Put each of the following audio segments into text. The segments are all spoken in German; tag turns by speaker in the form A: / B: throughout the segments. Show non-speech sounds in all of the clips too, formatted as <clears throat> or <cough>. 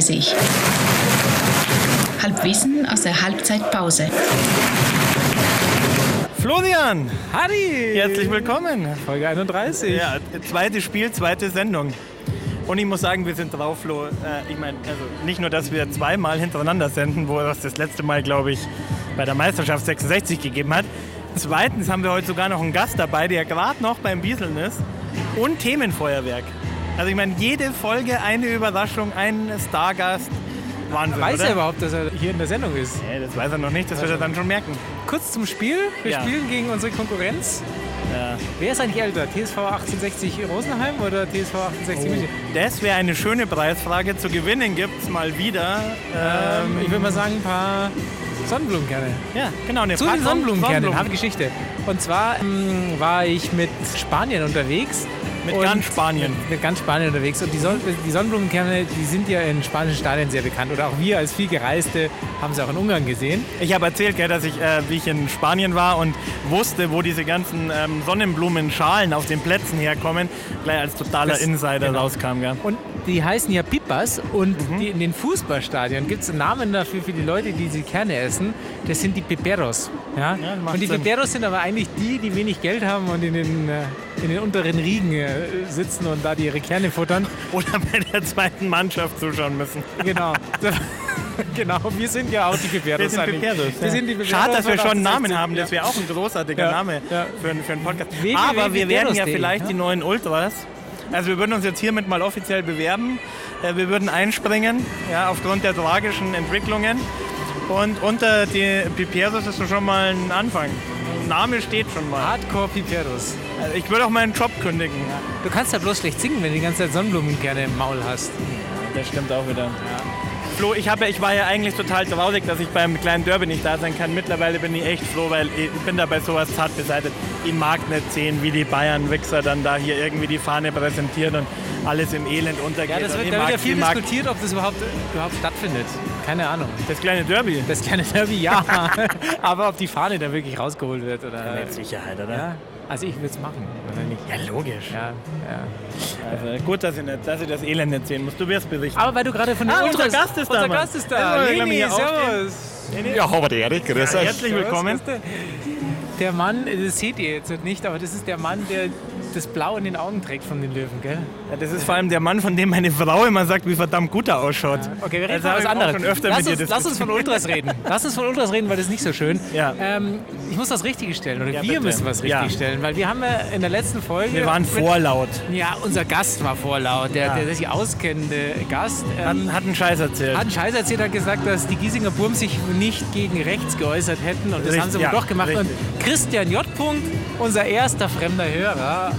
A: sich. Halbwissen aus der Halbzeitpause.
B: Florian,
C: Hadi!
B: herzlich willkommen.
C: Folge 31.
B: Ja, zweites Spiel, zweite Sendung. Und ich muss sagen, wir sind drauf, Flo. Äh, ich meine, also nicht nur, dass wir zweimal hintereinander senden, wo das das letzte Mal, glaube ich, bei der Meisterschaft 66 gegeben hat. Zweitens haben wir heute sogar noch einen Gast dabei, der gerade noch beim Bieseln ist. Und Themenfeuerwerk. Also ich meine, jede Folge eine Überraschung, ein Stargast. Wahnsinn,
C: Weiß
B: oder?
C: er überhaupt, dass er hier in der Sendung ist?
B: Nee, das weiß er noch nicht, das wird er dann schon merken.
C: Kurz zum Spiel. Wir
B: Ja.
C: spielen gegen unsere Konkurrenz.
B: Ja.
C: Wer ist eigentlich älter? TSV 1860 Rosenheim oder TSV
B: Oh.
C: 1860 München?
B: Das wäre eine schöne Preisfrage. Zu gewinnen gibt es mal wieder.
C: Ähm, ich würde mal sagen, ein paar Sonnenblumenkerne.
B: Ja, genau. Eine
C: Zu den
B: Packung
C: Sonnenblumenkernen, habe
B: Sonnenblumen.
C: Geschichte. Und zwar ähm, war ich mit Spanien unterwegs.
B: Mit
C: und-
B: ganz Spanien.
C: Mit ganz Spanien unterwegs. Und die, Son die Sonnenblumenkerne, die sind ja in spanischen Stadien sehr bekannt. Oder auch wir als viel Gereiste haben sie auch in Ungarn gesehen.
B: Ich habe erzählt, gell, dass ich, äh, wie ich in Spanien war und wusste, wo diese ganzen ähm, Sonnenblumenschalen auf den Plätzen herkommen, gleich als totaler
C: Das-
B: Insider
C: genau.
B: rauskam. Gell. <laughs>
C: Und die heißen ja Pipas und
B: Mhm.
C: die, in den Fußballstadien gibt es Namen dafür für die Leute, die diese Kerne essen. Das sind die Piperos. Ja?
B: Ja, macht
C: und die
B: Sinn.
C: Piperos sind aber eigentlich die, die wenig Geld haben und in den, äh, in den unteren Riegen äh, sitzen und da die ihre Kerne
B: <laughs>
C: futtern.
B: Oder bei der zweiten Mannschaft zuschauen müssen.
C: Genau. <laughs> So- genau, wir sind ja auch die Piperos.
B: Wir sind
C: eigentlich.
B: Piperos,
C: Wir sind die Piperos
B: Schade, dass wir
C: von
B: schon einen Namen
C: 1860,
B: haben. Das
C: ja.
B: wäre auch ein großartiger
C: Ja,
B: Name
C: ja.
B: Für, einen- für einen Podcast.
C: www.piperos.de,
B: Aber wir werden ja
C: ja.
B: vielleicht die neuen Ultras. Also wir würden uns jetzt hiermit mal offiziell bewerben. Äh, Wir würden einspringen, ja, aufgrund der tragischen Entwicklungen. Und unter die Piperos ist schon mal ein Anfang. Name steht schon mal.
C: Hardcore Piperos.
B: Also Ich würde auch meinen Job kündigen.
C: Du kannst ja bloß schlecht singen, wenn du die ganze Zeit Sonnenblumenkerne im Maul hast.
B: Das stimmt auch wieder. Flo, ich, habe, ich war ja eigentlich total traurig, dass ich beim kleinen Derby nicht da sein kann. Mittlerweile bin ich echt froh, weil ich bin da bei sowas zart beseitigt. Ich mag nicht sehen, wie die Bayern-Wichser dann da hier irgendwie die Fahne präsentieren und alles im Elend untergeht.
C: Ja, das
B: Und
C: wird,
B: ich
C: da wird
B: mag-
C: ja viel
B: ich mag
C: diskutiert, ob das überhaupt, überhaupt stattfindet. Keine Ahnung.
B: Das kleine Derby.
C: Das kleine Derby, ja. <laughs> Aber ob die Fahne dann wirklich rausgeholt wird oder.
B: Mit Sicherheit, oder?
C: Ja. Also ich würde es machen. Oder nicht?
B: Ja, logisch.
C: Ja, ja.
B: Also, gut, dass ich, nicht, dass ich das Elend nicht sehen muss. Du wirst berichten.
C: Aber weil du gerade von den
B: Ah, unser
C: Ultras-
B: Gast ist da,
C: Unser
B: Mann.
C: Gast ist
B: Das
C: da.
B: wollen wir
C: Leni,
B: gleich mal hier
C: servus.
D: Ja, Robert Erik, grüß
B: Ja,
D: euch.
B: Also, herzlich willkommen.
C: Servus, grüß dich. Der Mann, das seht ihr jetzt nicht, aber das ist der Mann, der das Blau in den Augen trägt von den Löwen, gell?
B: Ja, das ist vor allem der Mann, von dem meine Frau immer sagt, wie verdammt gut er ausschaut.
C: Okay, wir reden
B: also,
C: von
B: hab
C: was
B: ich auch
C: anderes.
B: Schon öfter
C: lass,
B: mit dir
C: uns, lass uns <laughs> von Ultras reden. Lass uns von Ultras reden, weil das ist nicht so schön.
B: Ja.
C: Ähm, ich muss das richtig stellen oder
B: Ja,
C: wir
B: bitte.
C: müssen was richtig
B: Ja.
C: stellen, weil wir haben ja in der letzten Folge.
B: Wir waren
C: mit-
B: vorlaut.
C: Ja, unser Gast war vorlaut, der,
B: Ja.
C: der sich auskennende Gast.
B: Hat,
C: Ähm,
B: hat einen Scheiß erzählt.
C: hat einen Scheiß erzählt, hat gesagt, dass die Giesinger Burm sich nicht gegen rechts geäußert hätten und das
B: Richtig,
C: haben sie
B: ja,
C: aber doch gemacht. Und Christian J. Punkt, unser erster fremder Hörer,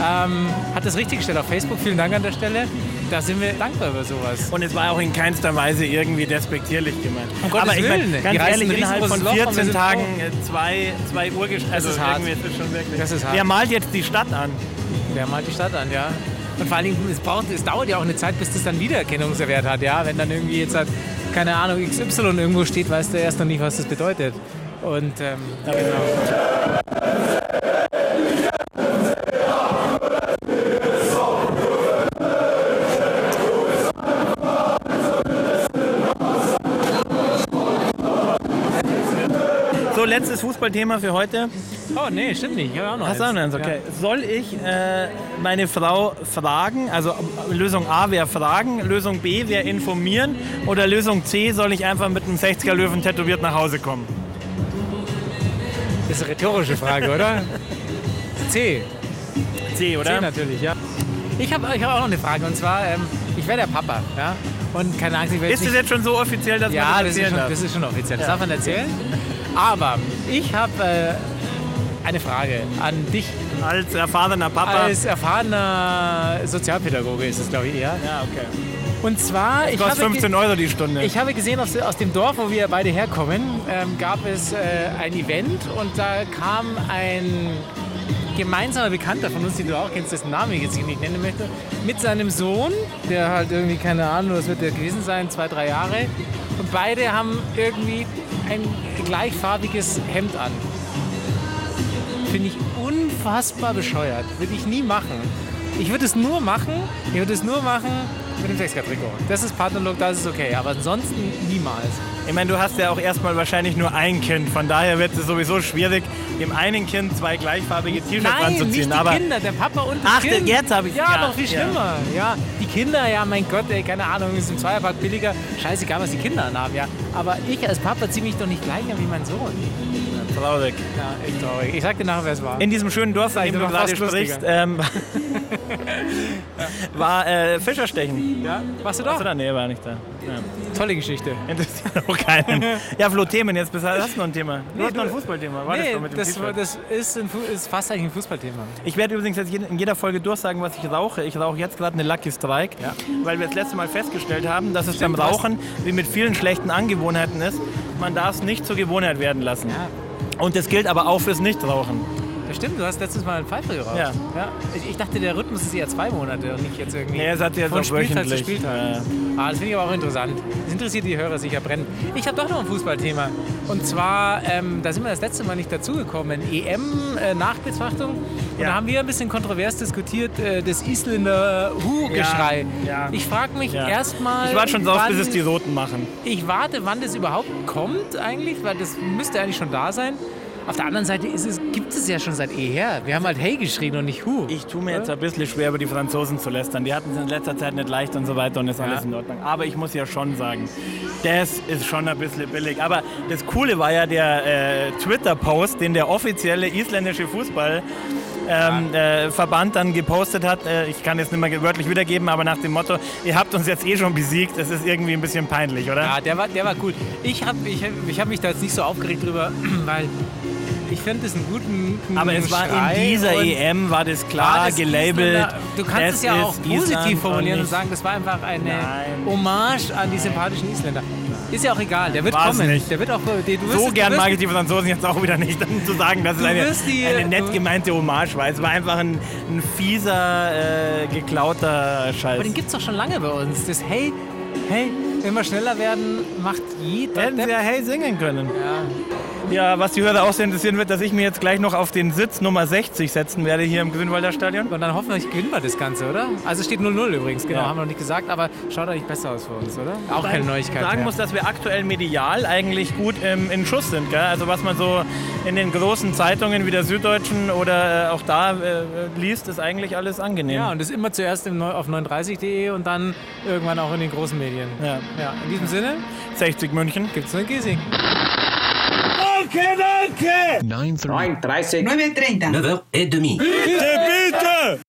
C: ähm, hat das richtig gestellt auf Facebook. Vielen Dank an der Stelle. Da sind wir dankbar über sowas.
B: Und es war auch in keinster Weise irgendwie despektierlich gemeint.
C: Um Gottes
B: Aber ich mein,
C: Willen.
B: ganz
C: Die reißen
B: ehrlich,
C: ein
B: innerhalb von
C: riesengroßes Loch um und wir
B: 14
C: sind
B: Tagen äh, zwei, zwei Uhr gesch- also
C: ist hart.
B: irgendwie Ist das schon wirklich.
C: Das ist hart.
B: Wer malt jetzt die Stadt an?
C: Wer malt die Stadt an, ja. Und vor allen Dingen, es, braucht, es dauert ja auch eine Zeit, bis das dann Wiedererkennungswert hat, ja. Wenn dann irgendwie jetzt halt, keine Ahnung, XY irgendwo steht, weißt du erst noch nicht, was das bedeutet. Und ähm,
B: genau. So, letztes Fußballthema für heute.
C: oh nee, stimmt nicht. Ich hab auch noch
B: Hast du auch noch eins? Okay. Soll ich äh, meine Frau fragen, also äh, Lösung A wäre fragen, Lösung B wäre informieren oder Lösung C soll ich einfach mit einem 60er Löwen tätowiert nach Hause kommen?
C: Ja. Das ist eine rhetorische Frage, oder?
B: <laughs>
C: C.
B: C,
C: C
B: oder?
C: natürlich, ja. Ich habe ich hab auch noch eine Frage und zwar, ähm, ich werde der Papa, ja. Und keine Angst, ich werde
B: Ist das
C: nicht
B: jetzt schon so offiziell, dass
C: Ja,
B: man
C: das
B: das
C: ist,
B: erzählen
C: schon,
B: darf?
C: das ist schon offiziell. Das darf man erzählen. Aber ich habe äh, eine Frage an dich
B: Als erfahrener Papa.
C: als erfahrener Sozialpädagoge ist es, glaube ich, eher.
B: ja, okay. Also
C: Und zwar, ich
B: Kostet
C: habe, ge-
B: 15 Euro die Stunde.
C: ich habe gesehen, aus, aus dem Dorf, wo wir beide herkommen, ähm, gab es äh, ein Event und da kam ein gemeinsamer Bekannter von uns, den du auch kennst, dessen Namen ich jetzt hier nicht nennen möchte, mit seinem Sohn, der halt irgendwie, keine Ahnung, was wird der gewesen sein, zwei, drei Jahre. Und beide haben irgendwie ein gleichfarbiges Hemd an. Finde ich unfassbar bescheuert. Würde ich nie machen. Ich würde es nur machen, ich würde es nur machen, mit dem Sechsker-Trikot. Das ist Partnerlook, das ist okay. Aber ansonsten niemals.
B: Ich meine, du hast ja auch erstmal wahrscheinlich nur ein Kind. Von daher wird es sowieso schwierig, dem einen Kind zwei gleichfarbige T-Shirts
C: Nein,
B: anzuziehen.
C: nicht die
B: aber
C: Kinder, der Papa und das
B: Ach,
C: Kind.
B: jetzt habe ich-
C: Ja,
B: ja,
C: noch viel
B: ja.
C: schlimmer. Ja. die Kinder, ja, mein Gott, ey, keine Ahnung, ist im Zweierpack billiger. Scheißegal, was die Kinder anhaben, ja. Aber ich als Papa ziehe mich doch nicht gleich an wie mein Sohn.
B: traurig.
C: Ja, echt traurig. Ich sag dir nachher, wer es war.
B: In diesem schönen Dorf, von
C: Sei
B: dem
C: doch
B: du gerade
C: fast lustiger.
B: sprichst,
C: <laughs>
B: ähm, war äh, Fischerstechen.
C: ja, warst du
B: Warst du
C: da?
B: da? Nee, war nicht da. Ja.
C: Tolle Geschichte.
B: <laughs> Interessiert auch keinen. Ja, Flo, Themen jetzt. Bis, hast du noch ein Thema? Du hast noch ein
C: du-
B: Fußballthema. War das
C: nee,
B: doch mit dem
C: das,
B: T-Shirt?
C: das ist, ein, Fu- ist fast eigentlich ein Fußballthema.
B: Ich werde übrigens jetzt jede- in jeder Folge durchsagen, was ich rauche. Ich rauche jetzt gerade eine Lucky Strike,
C: Ja.
B: weil wir das letzte Mal festgestellt haben, dass es
C: Stimmt,
B: beim Rauchen wie mit vielen schlechten Angewohnheiten ist. Man darf es nicht zur Gewohnheit werden lassen.
C: Ja,
B: Und das gilt aber auch fürs Nichtrauchen.
C: das stimmt. Du hast letztes Mal einen Pfeife geraucht.
B: Ja.
C: Ich, ich dachte, der Rhythmus ist eher zwei Monate und nicht jetzt irgendwie
B: Nee, das hat jetzt
C: von
B: auch
C: Spieltag zu
B: wöchentlich.
C: Spieltag.
B: Ja, ja.
C: Ah, das finde ich aber auch interessant. Das interessiert die Hörer sicher brennend. Ich habe doch noch ein Fußballthema. Und zwar, ähm, da sind wir das letzte Mal nicht dazugekommen. E EM-Nachbetrachtung. und
B: Ja.
C: da haben wir ein bisschen kontrovers diskutiert, äh, das Isländer Hu-Geschrei.
B: Ja, ja.
C: Ich frage mich
B: Ja.
C: erstmal.
B: Ich warte schon drauf, bis
C: wann-
B: es die Roten machen.
C: ich warte, wann das überhaupt kommt eigentlich, weil das müsste eigentlich schon da sein. Auf der anderen Seite ist es, gibt es ja schon seit eher. Wir haben halt Hey geschrien und nicht Hu.
B: Ich tue mir jetzt ein bisschen schwer, über die Franzosen zu lästern. Die hatten es in letzter Zeit nicht leicht und so weiter und ist alles in Ordnung. Aber ich muss ja schon sagen, das ist schon ein bisschen billig. Aber das Coole war ja der äh, Twitter-Post, den der offizielle isländische Fußballverband ähm, äh, Verband dann gepostet hat. Äh, ich kann jetzt nicht mehr wörtlich wiedergeben, aber nach dem Motto, ihr habt uns jetzt eh schon besiegt. Es ist irgendwie ein bisschen peinlich, oder?
C: Ja, der war, der war cool. Ich habe ich, hab- ich hab mich da jetzt nicht so aufgeregt drüber, <clears throat> weil ich finde es einen guten einen
B: Aber es war in
C: Schrei
B: dieser
C: und
B: EM, war das klar
C: war das
B: gelabelt.
C: Isländer- Du kannst es, ja auch
B: ist
C: positiv
B: Island und
C: formulieren und
B: nicht-
C: sagen, das war einfach eine
B: Nein.
C: Hommage an die sympathischen Isländer. Ist ja auch egal, der wird
B: War's
C: kommen.
B: nicht.
C: Der wird auch, du wirst,
B: So
C: du
B: gern
C: wirst,
B: mag ich die Franzosen jetzt auch wieder nicht, <laughs> um zu sagen, dass es
C: Du
B: eine,
C: wirst die-
B: eine
C: du-
B: nett gemeinte Hommage war. Es war einfach ein, ein fieser, äh, geklauter Scheiß.
C: Aber den gibt's doch schon lange bei uns. Das Hey, hey, wenn wir schneller werden, macht jeder.
B: Hätten sie ja hey singen können.
C: Ja.
B: Ja, was die Hörer auch sehr interessieren wird, dass ich mir jetzt gleich noch auf den Sitz Nummer 60 setzen werde hier im Grünwalder Stadion.
C: Und dann hoffentlich gewinnen wir das Ganze, oder? Also es steht 0-0 übrigens, genau,
B: Ja.
C: haben wir noch nicht gesagt, aber schaut eigentlich besser aus für uns, oder? Auch keine Neuigkeit.
B: Sagen
C: mehr.
B: muss, dass wir aktuell medial eigentlich gut im, in Schuss sind. Gell? Also was man so in den großen Zeitungen wie der Süddeutschen oder äh, auch da äh, liest, ist eigentlich alles angenehm.
C: ja, und das immer zuerst im Neu auf 39.de und dann irgendwann auch in den großen Medien.
B: Ja.
C: Ja, in diesem Sinne
B: 60 München.
C: gibt's nur ein Giesing.
D: 9.30
E: 9.30.
F: h et demie.
B: Bitte, bitte!